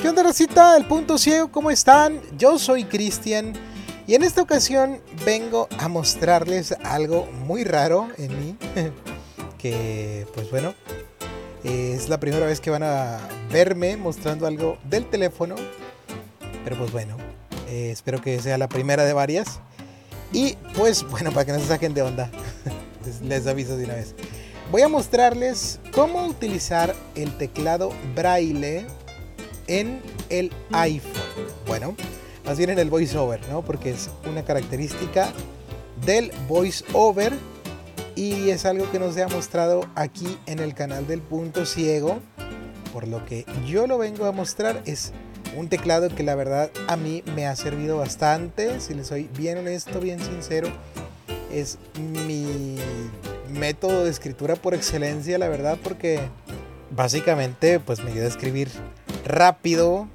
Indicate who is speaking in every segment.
Speaker 1: ¿Qué onda, Rosita? El punto ciego, ¿cómo están? Yo soy Cristian y en esta ocasión vengo a mostrarles algo muy raro en mí. que, pues bueno, es la primera vez que van a verme mostrando algo del teléfono. Pero pues bueno, eh, espero que sea la primera de varias. Y pues bueno, para que no se saquen de onda, les, les aviso de una vez. Voy a mostrarles cómo utilizar el teclado braille en el iPhone. Bueno, más bien en el voiceover, ¿no? Porque es una característica del voiceover y es algo que nos ha mostrado aquí en el canal del punto ciego. Por lo que yo lo vengo a mostrar es un teclado que la verdad a mí me ha servido bastante. Si les soy bien honesto, bien sincero, es mi método de escritura por excelencia, la verdad, porque básicamente pues me ayuda a escribir rápido.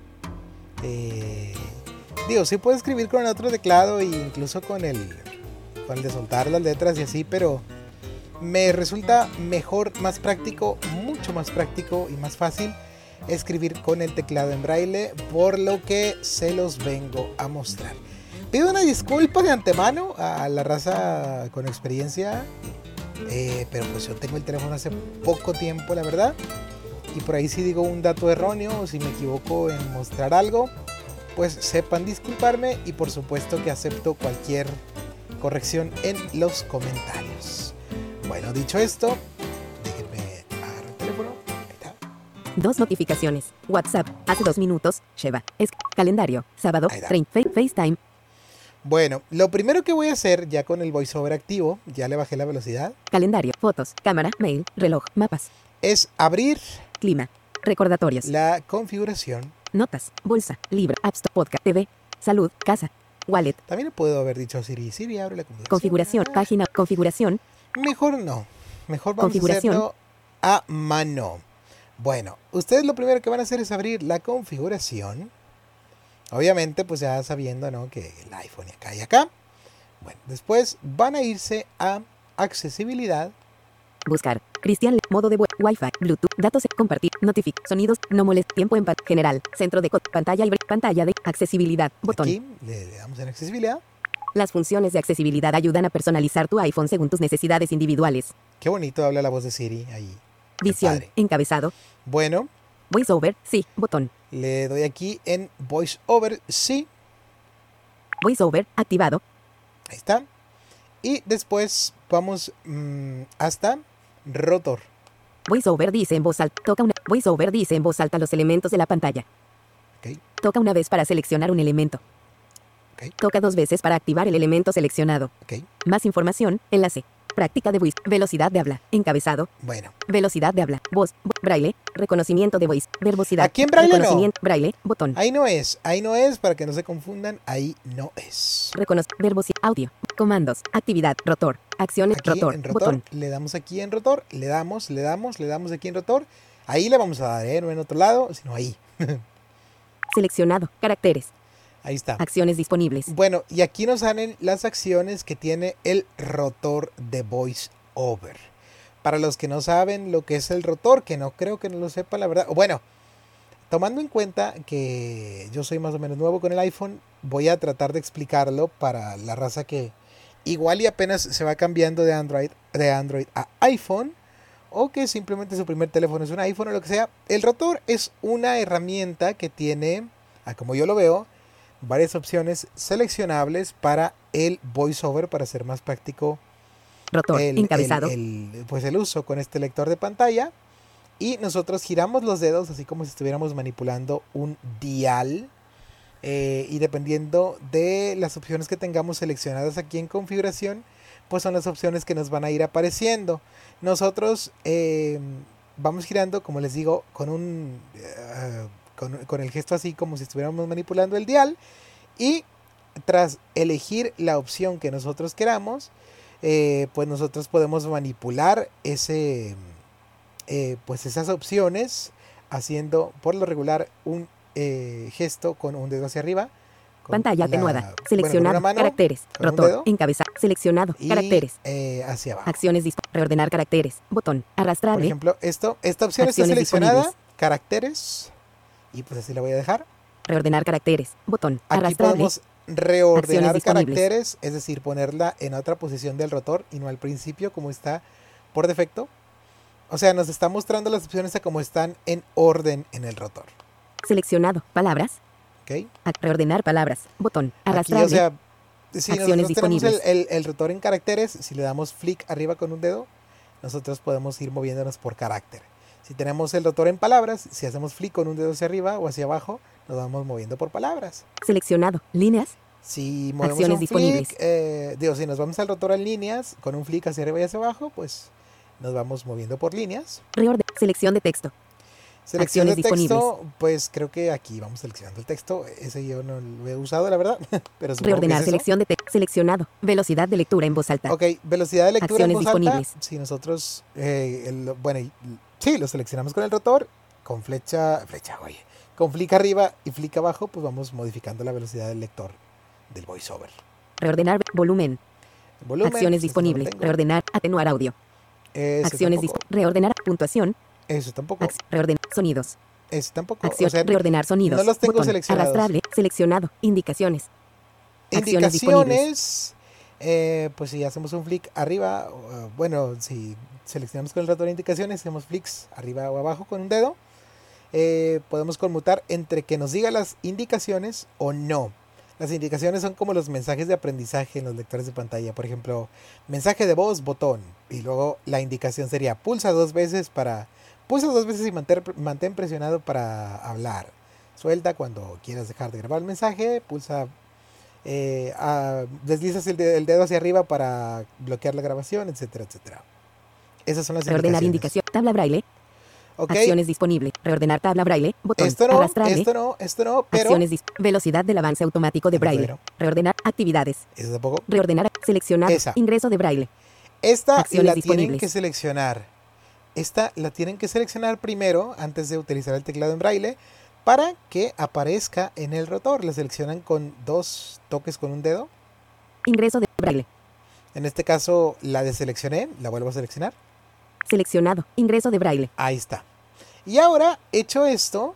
Speaker 1: Eh, digo, sí puedo escribir con el otro teclado e incluso con el, con el de soltar las letras y así, pero me resulta mejor, más práctico, mucho más práctico y más fácil escribir con el teclado en braille, por lo que se los vengo a mostrar. Pido una disculpa de antemano a la raza con experiencia, eh, pero pues yo tengo el teléfono hace poco tiempo, la verdad. Y por ahí si digo un dato erróneo o si me equivoco en mostrar algo, pues sepan disculparme y por supuesto que acepto cualquier corrección en los comentarios. Bueno, dicho esto, déjenme agarrar el teléfono. Ahí está.
Speaker 2: Dos notificaciones. WhatsApp, hace dos minutos. Sheva, es calendario. Sábado,
Speaker 1: Ahí da.
Speaker 2: 30, Fa- FaceTime.
Speaker 1: Bueno, lo primero que voy a hacer ya con el voiceover activo, ya le bajé la velocidad,
Speaker 2: Calendario, fotos, cámara, mail, reloj, mapas,
Speaker 1: es abrir
Speaker 2: clima, recordatorios,
Speaker 1: la configuración.
Speaker 2: notas, bolsa, libro, apps, podcast, TV, salud, casa, wallet,
Speaker 1: También le puedo haber dicho a Siri, Siri abre la configuración.
Speaker 2: configuración, página, configuración,
Speaker 1: Mejor no. Mejor vamos a
Speaker 2: Configuración.
Speaker 1: hacerlo a mano. Bueno, ustedes lo primero que van a hacer es abrir la configuración. Obviamente, pues ya sabiendo, ¿no? Que el iPhone y acá y acá. Bueno, después van a irse a accesibilidad.
Speaker 2: buscar, Cristian, Le- modo de web, Wi-Fi, Bluetooth, datos, compartir, notific, sonidos, no molest, tiempo en pad, general, centro de co- pantalla y pantalla de accesibilidad, botón.
Speaker 1: Aquí le, le damos en accesibilidad.
Speaker 2: Las funciones de accesibilidad ayudan a personalizar tu iPhone según tus necesidades individuales.
Speaker 1: Qué bonito habla la voz de Siri ahí. Qué
Speaker 2: Visión,
Speaker 1: padre.
Speaker 2: encabezado,
Speaker 1: Bueno,
Speaker 2: voiceover, sí, botón.
Speaker 1: le doy aquí en Voice Over. Sí,
Speaker 2: VoiceOver activado.
Speaker 1: ahí está. Y después vamos mm, hasta rotor.
Speaker 2: VoiceOver dice en voz alta. Toca una. VoiceOver dice en voz alta los elementos de la pantalla.
Speaker 1: Ok.
Speaker 2: Toca una vez para seleccionar un elemento.
Speaker 1: Ok.
Speaker 2: Toca dos veces para activar el elemento seleccionado.
Speaker 1: Ok,
Speaker 2: Más información, enlace. Práctica de voice. Velocidad de habla. Encabezado.
Speaker 1: bueno.
Speaker 2: Velocidad de habla. Voz. Bo- braille. Reconocimiento de voice. Verbosidad.
Speaker 1: Aquí en braille no.
Speaker 2: Reconocimiento. Braille. Botón.
Speaker 1: Ahí no es, ahí no es, para que no se confundan, ahí no es.
Speaker 2: Reconoce. Verbosidad. Audio. Comandos. Actividad. Rotor. Acciones.
Speaker 1: Aquí
Speaker 2: rotor.
Speaker 1: en rotor,
Speaker 2: Botón.
Speaker 1: le damos aquí en rotor, le damos, le damos, le damos aquí en rotor. Ahí le vamos a dar, ¿eh? no en otro lado, sino ahí.
Speaker 2: Seleccionado. Caracteres.
Speaker 1: Ahí está.
Speaker 2: Acciones disponibles.
Speaker 1: Bueno, y aquí nos salen las acciones que tiene el rotor de voice over. Para los que no saben lo que es el rotor, que no creo que no lo sepan, la verdad. o Bueno, tomando en cuenta que yo soy más o menos nuevo con el iPhone, voy a tratar de explicarlo para la raza que igual y apenas se va cambiando de Android, de Android a iPhone. O que simplemente su primer teléfono es un iPhone o lo que sea. El rotor es una herramienta que tiene, a como yo lo veo, varias opciones seleccionables para el voiceover para ser más práctico
Speaker 2: Rotor.
Speaker 1: el,
Speaker 2: encabezado.
Speaker 1: el- el, pues el uso con este lector de pantalla. Y nosotros giramos los dedos así como si estuviéramos manipulando un dial. eh, y dependiendo de las opciones que tengamos seleccionadas aquí en configuración, pues son las opciones que nos van a ir apareciendo. Nosotros eh, vamos girando, como les digo, con un eh, con, con el gesto así como si estuviéramos manipulando el dial. Y tras elegir la opción que nosotros queramos, eh, pues nosotros podemos manipular ese, eh, pues esas opciones haciendo por lo regular un eh, gesto con un dedo hacia arriba. con
Speaker 2: Pantalla
Speaker 1: la- bueno,
Speaker 2: atenuada.
Speaker 1: con
Speaker 2: Seleccionado.
Speaker 1: una mano
Speaker 2: caracteres.
Speaker 1: con un dedo.
Speaker 2: Rotor. Encabezado. Seleccionado.
Speaker 1: y,
Speaker 2: Caracteres.
Speaker 1: eh, hacia abajo.
Speaker 2: Acciones. disp- Reordenar caracteres. Botón.
Speaker 1: Por
Speaker 2: Arrastrable.
Speaker 1: ejemplo, esto, esta opción está
Speaker 2: Acciones
Speaker 1: seleccionada,
Speaker 2: disponibles.
Speaker 1: caracteres, Y pues así la voy a dejar.
Speaker 2: Reordenar caracteres. Botón.
Speaker 1: Aquí
Speaker 2: Arrastrable.
Speaker 1: podemos reordenar
Speaker 2: ¿eh? Acciones disponibles.
Speaker 1: caracteres, es decir, ponerla en otra posición del rotor y no al principio como está por defecto. O sea, nos está mostrando las opciones a como están en orden en el rotor.
Speaker 2: Seleccionado. Palabras.
Speaker 1: ¿ok?
Speaker 2: A- reordenar palabras. Botón.
Speaker 1: Aquí,
Speaker 2: Arrastrable.
Speaker 1: o sea, si
Speaker 2: ¿eh? Acciones
Speaker 1: nosotros tenemos el,
Speaker 2: disponibles.
Speaker 1: el- el rotor en caracteres, si le damos flick arriba con un dedo, nosotros podemos ir moviéndonos por carácter. Si tenemos el rotor en palabras, si hacemos flick con un dedo hacia arriba o hacia abajo, nos vamos moviendo por palabras.
Speaker 2: Seleccionado. Líneas.
Speaker 1: Si movemos
Speaker 2: Acciones
Speaker 1: un
Speaker 2: disponibles.
Speaker 1: flick, eh, digo, si nos vamos al rotor en líneas, con un flick hacia arriba y hacia abajo, pues nos vamos moviendo por líneas.
Speaker 2: Reorden. Selección de texto.
Speaker 1: Selección
Speaker 2: Acciones
Speaker 1: de texto, pues creo que aquí vamos seleccionando el texto. Ese yo no lo he usado, la verdad, pero supongo que
Speaker 2: Reordenar
Speaker 1: es eso.
Speaker 2: selección de texto. Seleccionado. Velocidad de lectura en voz alta.
Speaker 1: Ok, velocidad de lectura en
Speaker 2: Acciones
Speaker 1: voz alta,
Speaker 2: disponibles.
Speaker 1: Si nosotros, eh, el- bueno, y- sí, lo seleccionamos con el rotor, con flecha, flecha, oye, con flick arriba y flick abajo, pues vamos modificando la velocidad del lector del voiceover.
Speaker 2: Reordenar volumen.
Speaker 1: El volumen,
Speaker 2: Acciones
Speaker 1: pues, ese no lo
Speaker 2: disponibles.
Speaker 1: tengo.
Speaker 2: Reordenar. Atenuar audio.
Speaker 1: Ese
Speaker 2: Acciones
Speaker 1: tampoco,
Speaker 2: disp- Reordenar. Puntuación.
Speaker 1: Eso tampoco,
Speaker 2: Ac- reordenar sonidos.
Speaker 1: eso tampoco.
Speaker 2: Acción.
Speaker 1: o sea,
Speaker 2: reordenar sonidos.
Speaker 1: no los tengo
Speaker 2: Botón.
Speaker 1: seleccionados.
Speaker 2: Arrastrable. Seleccionado. Indicaciones. acciones
Speaker 1: indicaciones, eh, pues si hacemos un flick arriba, o, eh, bueno, si seleccionamos con el ratón indicaciones, hacemos flicks arriba o abajo con un dedo, eh, podemos conmutar entre que nos diga las indicaciones o no. Las indicaciones son como los mensajes de aprendizaje en los lectores de pantalla. Por ejemplo, mensaje de voz, botón. Y luego la indicación sería pulsa dos veces para... Pulsa dos veces y manter- mantén presionado para hablar. Suelta cuando quieras dejar de grabar el mensaje. Pulsa eh, ah, deslizas el, de- el dedo hacia arriba para bloquear la grabación, etcétera, etcétera. Esas son las
Speaker 2: Reordenar indicación. Tabla braille.
Speaker 1: Ok,
Speaker 2: Acciones disponibles. Reordenar tabla braille. Botón.
Speaker 1: Esto no,
Speaker 2: Arrastrable.
Speaker 1: esto no, esto no, pero...
Speaker 2: Acciones dis- Velocidad del avance automático de
Speaker 1: Pero,
Speaker 2: braille.
Speaker 1: pero,
Speaker 2: Reordenar actividades.
Speaker 1: Eso tampoco.
Speaker 2: Reordenar seleccionado.
Speaker 1: Esa.
Speaker 2: Ingreso de braille.
Speaker 1: Esta
Speaker 2: Acciones
Speaker 1: la tienen
Speaker 2: disponibles.
Speaker 1: que seleccionar. Esta la tienen que seleccionar primero antes de utilizar el teclado en braille para que aparezca en el rotor. La seleccionan con dos toques con un dedo.
Speaker 2: Ingreso de braille.
Speaker 1: En este caso la deseleccioné, la vuelvo a seleccionar.
Speaker 2: Seleccionado. Ingreso de braille.
Speaker 1: Ahí está. Y ahora, hecho esto,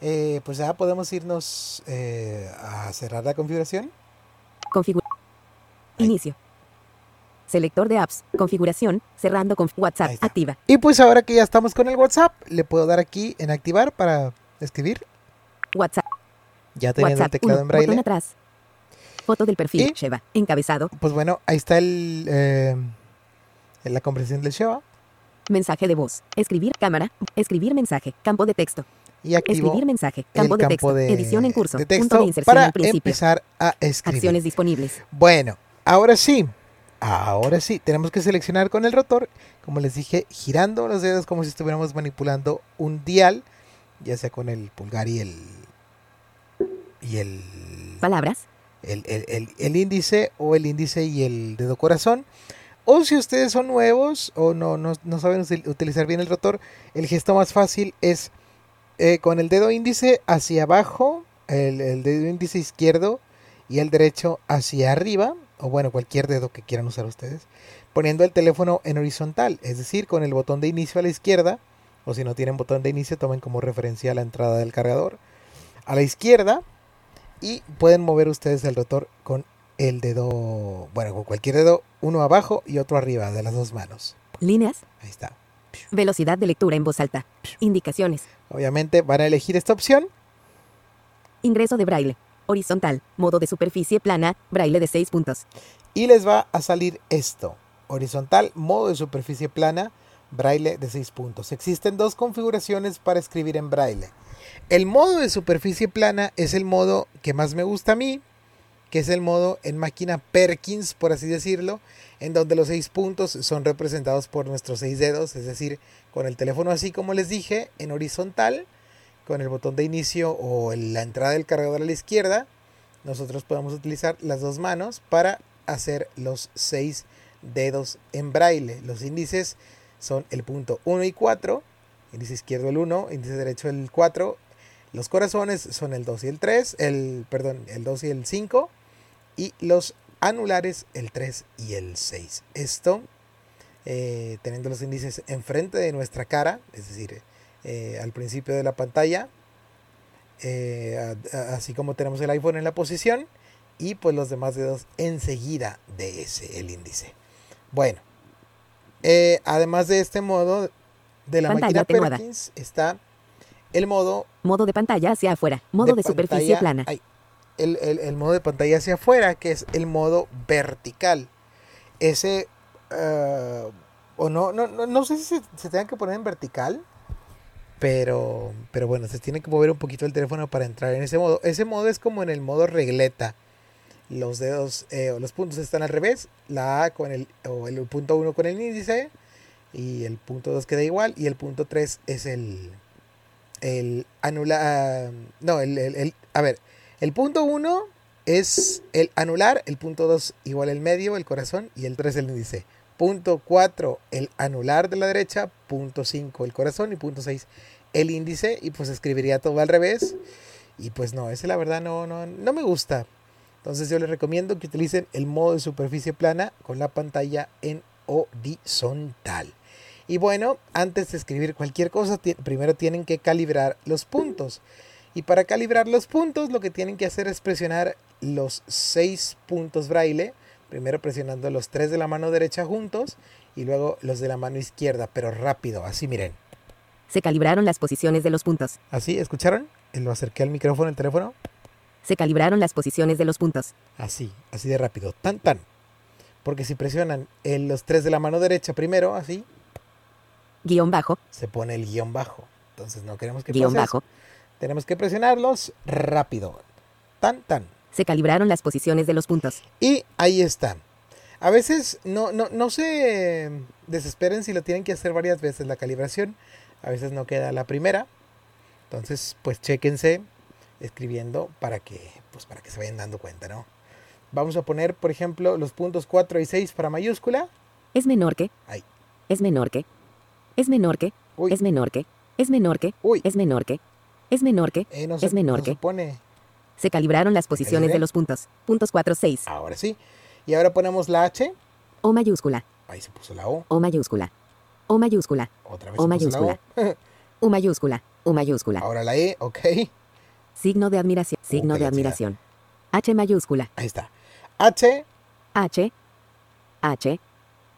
Speaker 1: eh, pues ya podemos irnos eh, a cerrar la configuración.
Speaker 2: Configura.
Speaker 1: Ahí.
Speaker 2: Inicio. Selector de apps. Configuración. Cerrando con WhatsApp.
Speaker 1: Ahí está.
Speaker 2: Activa.
Speaker 1: Y pues ahora que ya estamos con el WhatsApp, le puedo dar aquí en activar para escribir.
Speaker 2: WhatsApp.
Speaker 1: Ya teniendo
Speaker 2: WhatsApp.
Speaker 1: el teclado
Speaker 2: uno,
Speaker 1: en
Speaker 2: Botón
Speaker 1: braille.
Speaker 2: atrás. Foto del perfil.
Speaker 1: Y-
Speaker 2: Sheva. Encabezado.
Speaker 1: Pues bueno, ahí está el, eh, la compresión del Sheva.
Speaker 2: Mensaje de voz. Escribir cámara. Escribir mensaje. Campo de texto.
Speaker 1: Y activo
Speaker 2: Escribir mensaje.
Speaker 1: el
Speaker 2: Campo de texto.
Speaker 1: campo de,
Speaker 2: Edición en curso.
Speaker 1: de
Speaker 2: punto
Speaker 1: texto
Speaker 2: de inserción
Speaker 1: para
Speaker 2: al principio.
Speaker 1: empezar a escribir.
Speaker 2: Acciones disponibles.
Speaker 1: Bueno, ahora sí. Ahora sí, tenemos que seleccionar con el rotor, como les dije, girando los dedos como si estuviéramos manipulando un dial, ya sea con el pulgar y el y el
Speaker 2: Palabras.
Speaker 1: el, el- el- el índice o el índice y el dedo corazón. O si ustedes son nuevos o no, no, no saben usil- utilizar bien el rotor, el gesto más fácil es eh, con el dedo índice hacia abajo, el, el dedo índice izquierdo y el derecho hacia arriba, o bueno, cualquier dedo que quieran usar ustedes, poniendo el teléfono en horizontal, es decir, con el botón de inicio a la izquierda, o si no tienen botón de inicio, tomen como referencia la entrada del cargador, a la izquierda, y pueden mover ustedes el rotor con el dedo, bueno, con cualquier dedo, uno abajo y otro arriba de las dos manos.
Speaker 2: Líneas.
Speaker 1: Ahí está.
Speaker 2: Velocidad de lectura en voz alta. Indicaciones.
Speaker 1: Obviamente van a elegir esta opción.
Speaker 2: Ingreso de braille. Horizontal. Modo de superficie plana. Braille de 6 puntos.
Speaker 1: y les va a salir esto. Horizontal, modo de superficie plana, braille de 6 puntos. Existen dos configuraciones para escribir en braille. El modo de superficie plana es el modo que más me gusta a mí, que es el modo en máquina Perkins, por así decirlo, en donde los 6 puntos son representados por nuestros 6 dedos, es decir, con el teléfono así como les dije, en horizontal, con el botón de inicio o el- la entrada del cargador a la izquierda, nosotros podemos utilizar las dos manos para hacer los seis dedos en braille. Los índices son el punto 1 y 4, índice izquierdo el 1, índice derecho el 4, los corazones son el 2 y el 3, el, perdón, el 2 y el 5, y los anulares el 3 y el 6. Esto eh, teniendo los índices enfrente de nuestra cara, es decir, eh, al principio de la pantalla, eh, a- a- así como tenemos el iPhone en la posición y pues los demás dedos enseguida de ese, el índice. Bueno, eh, además de este modo de la
Speaker 2: Pantalla
Speaker 1: máquina
Speaker 2: atenuada.
Speaker 1: Perkins está el modo
Speaker 2: Modo de pantalla hacia afuera. Modo de, superficie
Speaker 1: pantalla-
Speaker 2: plana.
Speaker 1: ay, el, el- el modo de pantalla hacia afuera, que es el modo vertical. Ese, ah, o no, no, no, no sé si se, se tengan que poner en vertical, pero, pero bueno, se tiene que mover un poquito el teléfono para entrar en ese modo. Ese modo es como en el modo regleta. Los dedos eh, o los puntos están al revés, la A con el, o el punto 1 con el índice, y el punto 2 queda igual, y el punto 3 es el, el anular. No, el, el- el- A ver, el punto 1 es el anular, el punto 2 igual el medio, el corazón, y el 3 el índice. Punto 4, el anular de la derecha, punto 5, el corazón, y punto 6, el índice, y pues escribiría todo al revés. Y pues no, ese la verdad no, no, no me gusta. Entonces yo les recomiendo que utilicen el modo de superficie plana con la pantalla en horizontal. Y bueno, antes de escribir cualquier cosa, ti- primero tienen que calibrar los puntos. Y para calibrar los puntos, lo que tienen que hacer es presionar los seis puntos braille. Primero presionando los tres de la mano derecha juntos y luego los de la mano izquierda, pero rápido, así miren.
Speaker 2: Se calibraron las posiciones de los puntos.
Speaker 1: Así, ¿escucharon? Eh, Lo acerqué al micrófono, el teléfono.
Speaker 2: Se calibraron las posiciones de los puntos.
Speaker 1: Así, así de rápido. Tan, tan. Porque si presionan eh, los tres de la mano derecha primero, así,
Speaker 2: Guión bajo,
Speaker 1: se pone el guión bajo. Entonces no queremos que
Speaker 2: guión
Speaker 1: pase eso.
Speaker 2: bajo.
Speaker 1: Tenemos que presionarlos rápido. Tan, tan.
Speaker 2: Se calibraron las posiciones de los puntos.
Speaker 1: Y ahí está. A veces no, no, no se desesperen si lo tienen que hacer varias veces la calibración. A veces no queda la primera. Entonces, pues chéquense escribiendo para que, pues, para que se vayan dando cuenta, ¿no? Vamos a poner, por ejemplo, los puntos 4 y 6 para mayúscula.
Speaker 2: Es menor que.
Speaker 1: Ay.
Speaker 2: Es menor que. Es menor que.
Speaker 1: Uy.
Speaker 2: Es menor que. Es menor que.
Speaker 1: Uy,
Speaker 2: Es menor que. Es menor que.
Speaker 1: eh, no
Speaker 2: es menor
Speaker 1: no
Speaker 2: que-
Speaker 1: se pone.
Speaker 2: Se calibraron las posiciones
Speaker 1: Calibre.
Speaker 2: de los puntos. Puntos 4, 6.
Speaker 1: Ahora sí. Y ahora ponemos la H.
Speaker 2: O mayúscula.
Speaker 1: Ahí se puso la O.
Speaker 2: O mayúscula. O mayúscula.
Speaker 1: Otra vez
Speaker 2: O
Speaker 1: se puso la
Speaker 2: mayúscula. U mayúscula. U mayúscula.
Speaker 1: Ahora la E, ok.
Speaker 2: Signo de admiración. Signo
Speaker 1: qué
Speaker 2: de
Speaker 1: la chingada.
Speaker 2: admiración. H mayúscula.
Speaker 1: Ahí está. H.
Speaker 2: H. H.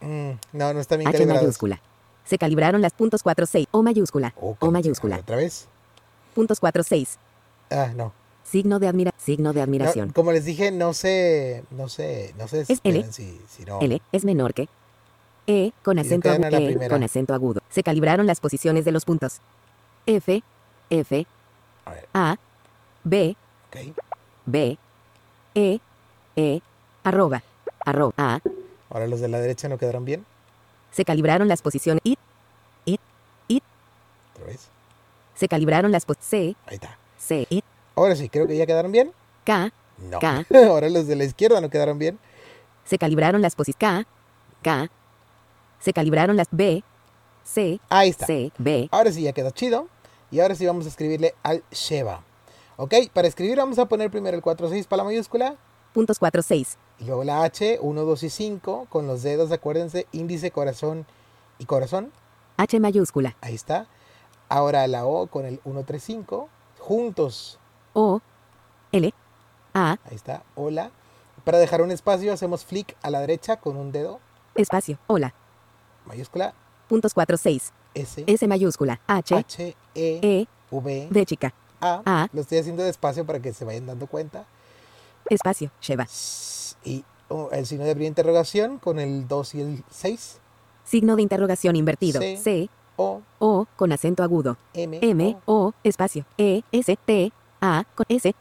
Speaker 1: mm, no, no está bien
Speaker 2: H
Speaker 1: calibrados.
Speaker 2: mayúscula. Se calibraron las puntos 4, 6. O mayúscula.
Speaker 1: Ok,
Speaker 2: O mayúscula.
Speaker 1: Oh, ¿Otra vez?
Speaker 2: Puntos 4, 6.
Speaker 1: Ah, no.
Speaker 2: Signo de admira. Signo de
Speaker 1: No,
Speaker 2: admiración.
Speaker 1: como les dije, no sé, no sé, no sé
Speaker 2: Es L.
Speaker 1: si, si no.
Speaker 2: L es menor que E con acento
Speaker 1: quedan a
Speaker 2: agudo.
Speaker 1: la
Speaker 2: E
Speaker 1: primera.
Speaker 2: con acento agudo. Se calibraron las posiciones de los puntos. F, F,
Speaker 1: A ver,
Speaker 2: A, B,
Speaker 1: ok.
Speaker 2: B, E, E, arroba, arroba, A.
Speaker 1: Ahora los de la derecha no quedaron bien.
Speaker 2: Se calibraron las posiciones I.
Speaker 1: Otra vez.
Speaker 2: Se calibraron las pos C,
Speaker 1: Ahí está.
Speaker 2: C, I,
Speaker 1: Ahora sí, creo que ya quedaron bien.
Speaker 2: K,
Speaker 1: No.
Speaker 2: K.
Speaker 1: Ahora los de la izquierda no quedaron bien.
Speaker 2: Se calibraron las posiciones K, K. Se calibraron las B, C,
Speaker 1: Ahí está.
Speaker 2: C, B.
Speaker 1: Ahora sí ya quedó chido. Y ahora sí vamos a escribirle al Sheba. Ok, para escribir vamos a poner primero el 4-6 para la mayúscula.
Speaker 2: Puntos 4, 6.
Speaker 1: Y luego la H, 1, 2 y 5. Con los dedos, acuérdense, índice, corazón y corazón.
Speaker 2: H mayúscula.
Speaker 1: Ahí está. Ahora la O con el 135. Juntos.
Speaker 2: O, L, A,
Speaker 1: Ahí está. Hola. Para dejar un espacio hacemos flick a la derecha con un dedo.
Speaker 2: espacio, hola.
Speaker 1: Mayúscula.
Speaker 2: Puntos 4, 6.
Speaker 1: S.
Speaker 2: S mayúscula, E, H,
Speaker 1: H. E.
Speaker 2: E,
Speaker 1: V.
Speaker 2: D chica,
Speaker 1: A.
Speaker 2: A,
Speaker 1: Lo estoy haciendo despacio para que se vayan dando cuenta.
Speaker 2: espacio, Sheva.
Speaker 1: S- Y oh, el signo de abrir interrogación con el 2 y el 6.
Speaker 2: Signo de interrogación invertido,
Speaker 1: C.
Speaker 2: C,
Speaker 1: O.
Speaker 2: O, con acento agudo,
Speaker 1: M.
Speaker 2: M,
Speaker 1: O.
Speaker 2: O, espacio, E, S, T, A, con S,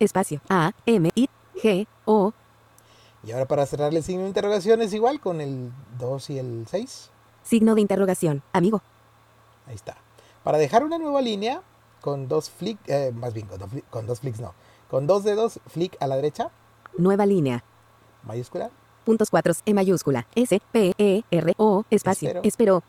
Speaker 2: espacio, A, M, I, G, O,
Speaker 1: Y ahora para cerrar el signo de interrogación es igual con el 2 y el 6.
Speaker 2: signo de interrogación, amigo,
Speaker 1: Ahí está. Para dejar una nueva línea, con dos flick, eh, más bien, con dos, flick- con dos flicks no. Con dos dedos, flick a la derecha,
Speaker 2: nueva línea.
Speaker 1: mayúscula,
Speaker 2: Puntos 4, E mayúscula, S, P, E, R, O, espacio,
Speaker 1: Espero.
Speaker 2: espero,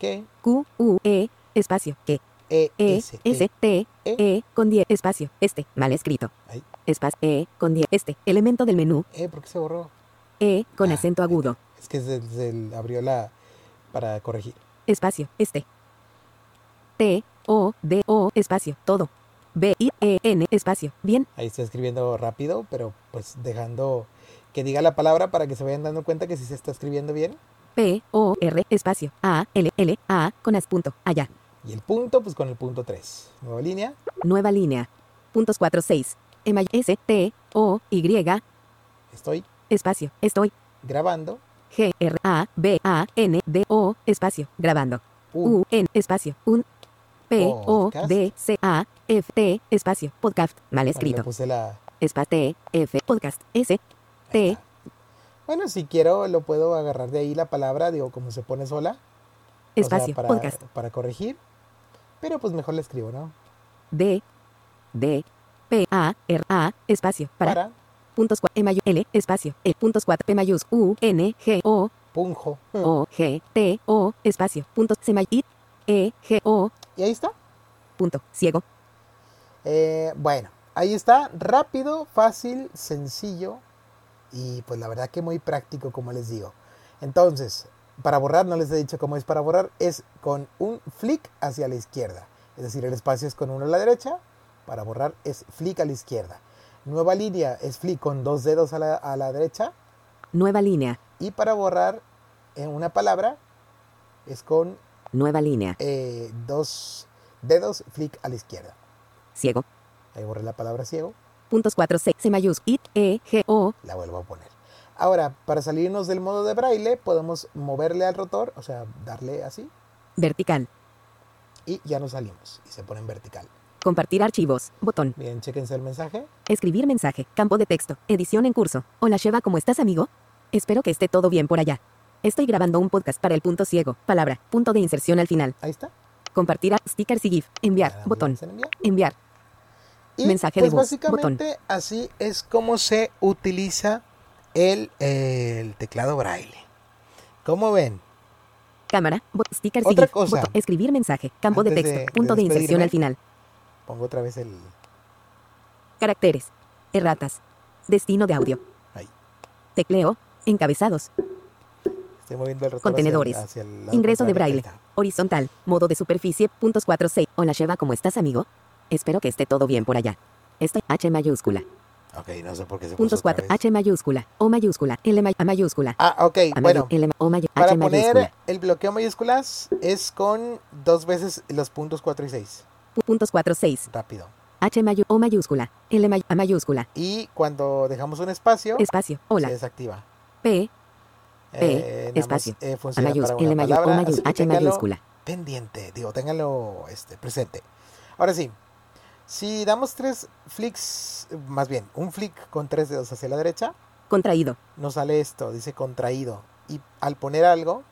Speaker 1: que,
Speaker 2: Q, U, E, espacio, E,
Speaker 1: e,
Speaker 2: E,
Speaker 1: s,
Speaker 2: S,
Speaker 1: E.
Speaker 2: T,
Speaker 1: E.
Speaker 2: E, con 10, espacio, este, mal escrito.
Speaker 1: Ahí.
Speaker 2: Espacio, E, con 10, este, elemento del menú,
Speaker 1: Eh, ¿por qué se borró?
Speaker 2: E, con
Speaker 1: Ah,
Speaker 2: acento agudo.
Speaker 1: Es que se, se abrió la, para corregir.
Speaker 2: espacio, este. T, O, D, O, espacio, todo. B-I-E-N, espacio. Bien.
Speaker 1: Ahí estoy escribiendo rápido, pero pues dejando que diga la palabra para que se vayan dando cuenta que si se está escribiendo bien.
Speaker 2: P-O-R, espacio. A-L-L-A, con as punto. Allá.
Speaker 1: Y el punto, pues con el punto 3. Nueva línea.
Speaker 2: Nueva línea. Puntos 4, 6. M S T O Y
Speaker 1: Estoy
Speaker 2: espacio. Estoy
Speaker 1: grabando.
Speaker 2: G R A B A N D O espacio grabando.
Speaker 1: Un
Speaker 2: U N espacio un P O
Speaker 1: Podcast.
Speaker 2: D C A F T espacio podcast mal
Speaker 1: Ahí le
Speaker 2: escrito.
Speaker 1: puse la.
Speaker 2: Espacio T F podcast S
Speaker 1: ahí
Speaker 2: T
Speaker 1: está. Bueno, si quiero, lo puedo agarrar de ahí la palabra, digo, como se pone sola. o sea,
Speaker 2: espacio
Speaker 1: para,
Speaker 2: podcast
Speaker 1: para corregir. Pero pues mejor la escribo, ¿no?
Speaker 2: D D P A R A espacio para,
Speaker 1: Para
Speaker 2: puntos cua- E mayu- L espacio E puntos 4 P mayús U N G O
Speaker 1: punjo.
Speaker 2: O G T O espacio puntos C may- I E G O
Speaker 1: Y ahí está.
Speaker 2: punto ciego
Speaker 1: Eh, bueno, ahí está, rápido, fácil, sencillo y pues la verdad que muy práctico como les digo. Entonces, para borrar, no les he dicho cómo es para borrar, es con un flick hacia la izquierda. Es decir, el espacio es con uno a la derecha, para borrar es flick a la izquierda. Nueva línea es flick con dos dedos a la, a la derecha
Speaker 2: nueva línea
Speaker 1: y para borrar en una palabra es con
Speaker 2: nueva línea
Speaker 1: eh, dos dedos flick a la izquierda.
Speaker 2: ciego
Speaker 1: Ahí borré la palabra ciego.
Speaker 2: puntos 4 C C mayús I E G O
Speaker 1: la vuelvo a poner. Ahora, para salirnos del modo de braille, podemos moverle al rotor, o sea, darle así,
Speaker 2: vertical
Speaker 1: y ya nos salimos. Y se pone en vertical.
Speaker 2: compartir archivos botón
Speaker 1: Bien, chequense el mensaje.
Speaker 2: Escribir mensaje. Campo de texto. Edición en curso. Hola Sheva, ¿cómo estás, amigo? Espero que esté todo bien por allá. Estoy grabando un podcast para el punto ciego. Palabra. Punto de inserción al final.
Speaker 1: Ahí está.
Speaker 2: Compartir a stickers y GIF. Enviar.
Speaker 1: Le damos
Speaker 2: Botón.
Speaker 1: en enviar.
Speaker 2: Enviar.
Speaker 1: Y,
Speaker 2: Mensaje de
Speaker 1: pues,
Speaker 2: voz,
Speaker 1: básicamente así es como se utiliza el, el teclado braille. ¿Cómo ven?
Speaker 2: Cámara. Bo- stickers y
Speaker 1: Otra
Speaker 2: GIF.
Speaker 1: cosa.
Speaker 2: Botón. Escribir mensaje. Campo de
Speaker 1: Antes
Speaker 2: texto.
Speaker 1: de- de
Speaker 2: punto de, inserción
Speaker 1: despedirme.
Speaker 2: al final.
Speaker 1: Pongo otra vez el...
Speaker 2: Caracteres. Erratas. Destino de audio.
Speaker 1: Ahí.
Speaker 2: Tecleo. Encabezados.
Speaker 1: Estoy moviendo el rotor hacia el-
Speaker 2: Contenedores.
Speaker 1: hacia el lado
Speaker 2: Ingreso de
Speaker 1: contrario. Ahí
Speaker 2: braille. Horizontal. Modo de superficie. Puntos 4, 6. Hola Sheva, ¿cómo estás, amigo? Espero que esté todo bien por allá. Estoy H mayúscula.
Speaker 1: está. Ok, no sé por qué se puso
Speaker 2: Puntos
Speaker 1: otra
Speaker 2: 4.
Speaker 1: vez.
Speaker 2: H mayúscula. O mayúscula. L may- A mayúscula.
Speaker 1: Ah, ok,
Speaker 2: A
Speaker 1: bueno.
Speaker 2: mayu- L ma- o may-
Speaker 1: Para
Speaker 2: H
Speaker 1: poner
Speaker 2: mayúscula.
Speaker 1: el bloqueo mayúsculas es con dos veces los puntos 4 y 6.
Speaker 2: Pu- Puntos 4, 6.
Speaker 1: Rápido.
Speaker 2: H mayu- O mayúscula. L may- A mayúscula.
Speaker 1: Y cuando dejamos un espacio,
Speaker 2: Espacio. Hola.
Speaker 1: se desactiva.
Speaker 2: P. P,
Speaker 1: nada más,
Speaker 2: espacio,
Speaker 1: eh,
Speaker 2: A
Speaker 1: funciona para
Speaker 2: mayúscula.
Speaker 1: una
Speaker 2: L
Speaker 1: palabra,
Speaker 2: mayúscula. O
Speaker 1: así
Speaker 2: mayúscula.
Speaker 1: que
Speaker 2: H
Speaker 1: téngalo
Speaker 2: mayúscula.
Speaker 1: pendiente. Digo, ténganlo este, presente. Ahora sí. Si damos tres flicks, más bien, un flick con tres dedos hacia la derecha,
Speaker 2: Contraído.
Speaker 1: nos sale esto, dice contraído. Y al poner algo,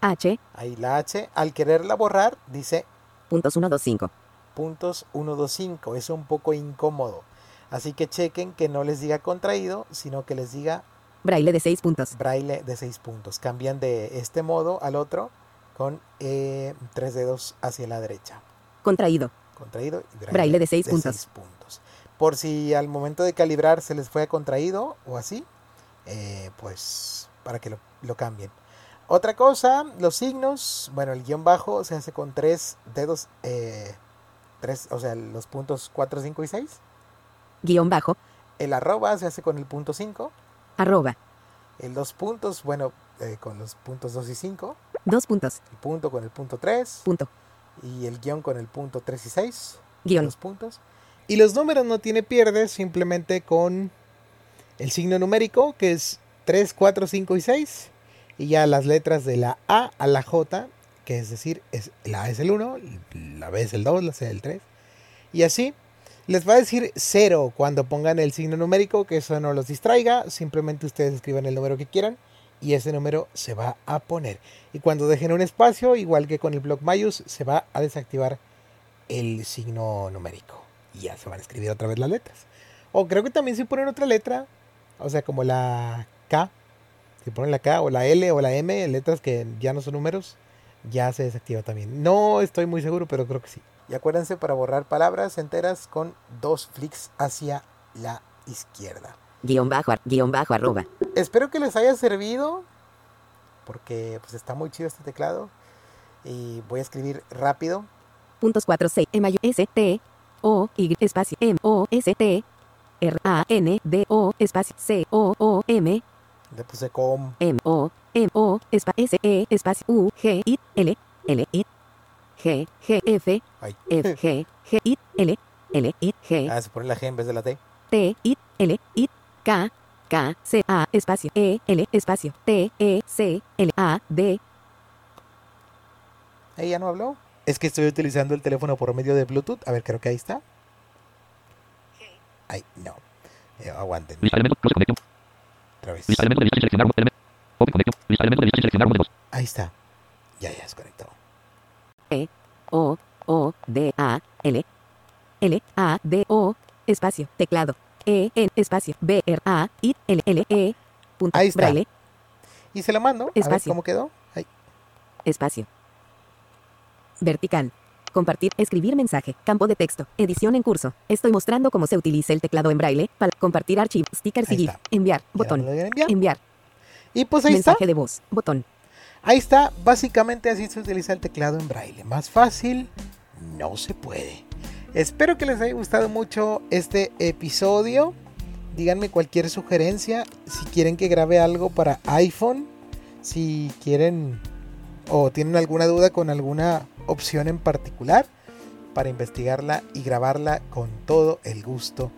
Speaker 2: H.
Speaker 1: ahí la H, al quererla borrar, dice
Speaker 2: Puntos 1, 2, 5.
Speaker 1: puntos 125. Es un poco incómodo. Así que chequen que no les diga contraído, sino que les diga
Speaker 2: Braille de 6 puntos.
Speaker 1: braille de 6 puntos. Cambian de este modo al otro con eh, tres dedos hacia la derecha.
Speaker 2: Contraído.
Speaker 1: Contraído y braille,
Speaker 2: Braille de 6
Speaker 1: de
Speaker 2: puntos.
Speaker 1: seis puntos. Por si al momento de calibrar se les fue contraído o así, eh, pues para que lo, lo cambien. Otra cosa, los signos, bueno, el guión bajo se hace con tres dedos, eh, tres, o sea, los puntos 4, 5 y 6.
Speaker 2: Guión bajo.
Speaker 1: El arroba se hace con el punto 5.
Speaker 2: Arroba.
Speaker 1: El dos puntos, bueno, eh, con los puntos 2 y 5.
Speaker 2: Dos puntos.
Speaker 1: El punto con el punto 3.
Speaker 2: Punto.
Speaker 1: Y el guión con el punto 3 y 6.
Speaker 2: Guión.
Speaker 1: Los puntos. Y los números no tiene pierde, simplemente con el signo numérico, que es 3, 4, 5 y 6. Y ya las letras de la A a la J, que es decir, es, la A es el 1, la B es el 2, la C el 3. Y así. Les va a decir 0 cuando pongan el signo numérico, que eso no los distraiga. Simplemente ustedes escriban el número que quieran y ese número se va a poner. Y cuando dejen un espacio, igual que con el block mayus, se va a desactivar el signo numérico. Y ya se van a escribir otra vez las letras. O creo que también si ponen otra letra, o sea, como la K, si ponen la K o la L o la M, letras que ya no son números, ya se desactiva también. No estoy muy seguro, pero creo que sí. Y acuérdense para borrar palabras enteras con dos flicks hacia la izquierda.
Speaker 2: Guión bajo. ar- Guión bajo. Arroba.
Speaker 1: Espero que les haya servido. Porque pues está muy chido este teclado. Y voy a escribir rápido.
Speaker 2: Puntos 4, 6. E mayu- S. T. O Y espacio M O S T R A N D O espacio C O O M
Speaker 1: Le puse com.
Speaker 2: M O M O espa- S E espacio U G I L L I G G F E,
Speaker 1: Ay.
Speaker 2: F G G I L L I G
Speaker 1: Ah, se pone la G en vez de la T.
Speaker 2: T I L I K K C A espacio E L espacio T E C L A D
Speaker 1: ¿Ella no habló? Es que estoy utilizando el teléfono por medio de Bluetooth. A ver, creo que ahí está. Ay, no. Eh, aguanten.
Speaker 3: Lista de elementos. Close connection.
Speaker 1: Otra vez.
Speaker 3: Lista de elementos de viaje. Seleccionar un elemento. Open connection. Lista de elementos de viaje. Seleccionar uno de dos.
Speaker 1: Ahí está. Ya, ya desconectó.
Speaker 2: O O D A L L A D O espacio teclado E N espacio B R A I L L E punto
Speaker 1: Ahí está.
Speaker 2: braille
Speaker 1: Y se la mando. A ver
Speaker 2: Espacio.
Speaker 1: cómo quedó. Ay,
Speaker 2: espacio vertical Compartir, escribir mensaje, campo de texto, edición en curso. Estoy mostrando cómo se utiliza el teclado en braille para compartir archivos, stickers
Speaker 1: Ahí
Speaker 2: y GIF.
Speaker 1: está.
Speaker 2: Enviar,
Speaker 1: ya
Speaker 2: botón.
Speaker 1: lo dieron ya.
Speaker 2: Enviar,
Speaker 1: Y pues ahí está.
Speaker 2: mensaje de voz, botón.
Speaker 1: Ahí está, básicamente así se utiliza el teclado en braille. Más fácil, no se puede. Espero que les haya gustado mucho este episodio. Díganme cualquier sugerencia, si quieren que grabe algo para iPhone, si quieren o tienen alguna duda con alguna opción en particular para investigarla y grabarla con todo el gusto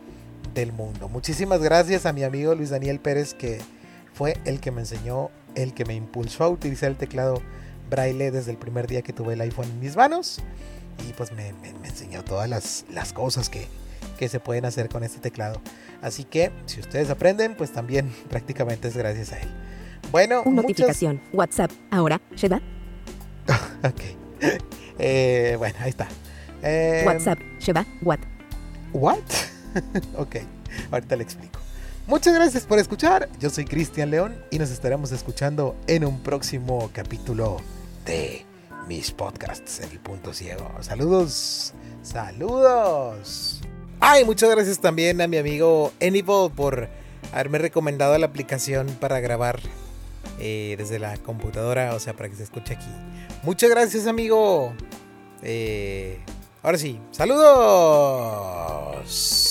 Speaker 1: del mundo. Muchísimas gracias a mi amigo Luis Daniel Pérez que fue el que me enseñó, el que me impulsó a utilizar el teclado braille desde el primer día que tuve el iPhone en mis manos. Y pues me, me- me enseñó todas las, las cosas que, que se pueden hacer con este teclado. Así que si ustedes aprenden, pues también prácticamente es gracias a él. Bueno,
Speaker 2: Una
Speaker 1: muchas,
Speaker 2: notificación. WhatsApp. Ahora, Sheda.
Speaker 1: Ok. Eh, bueno, ahí está. Eh,
Speaker 2: WhatsApp. Sheba. What.
Speaker 1: ¿What? ok, ahorita le explico. Muchas gracias por escuchar. Yo soy Cristian León y nos estaremos escuchando en un próximo capítulo de mis podcasts en el punto ciego. Saludos, saludos. Ay, muchas gracias también a mi amigo Enipo por haberme recomendado la aplicación para grabar eh, desde la computadora, o sea, para que se escuche aquí. Muchas gracias, amigo. Eh, Ahora sí, saludos.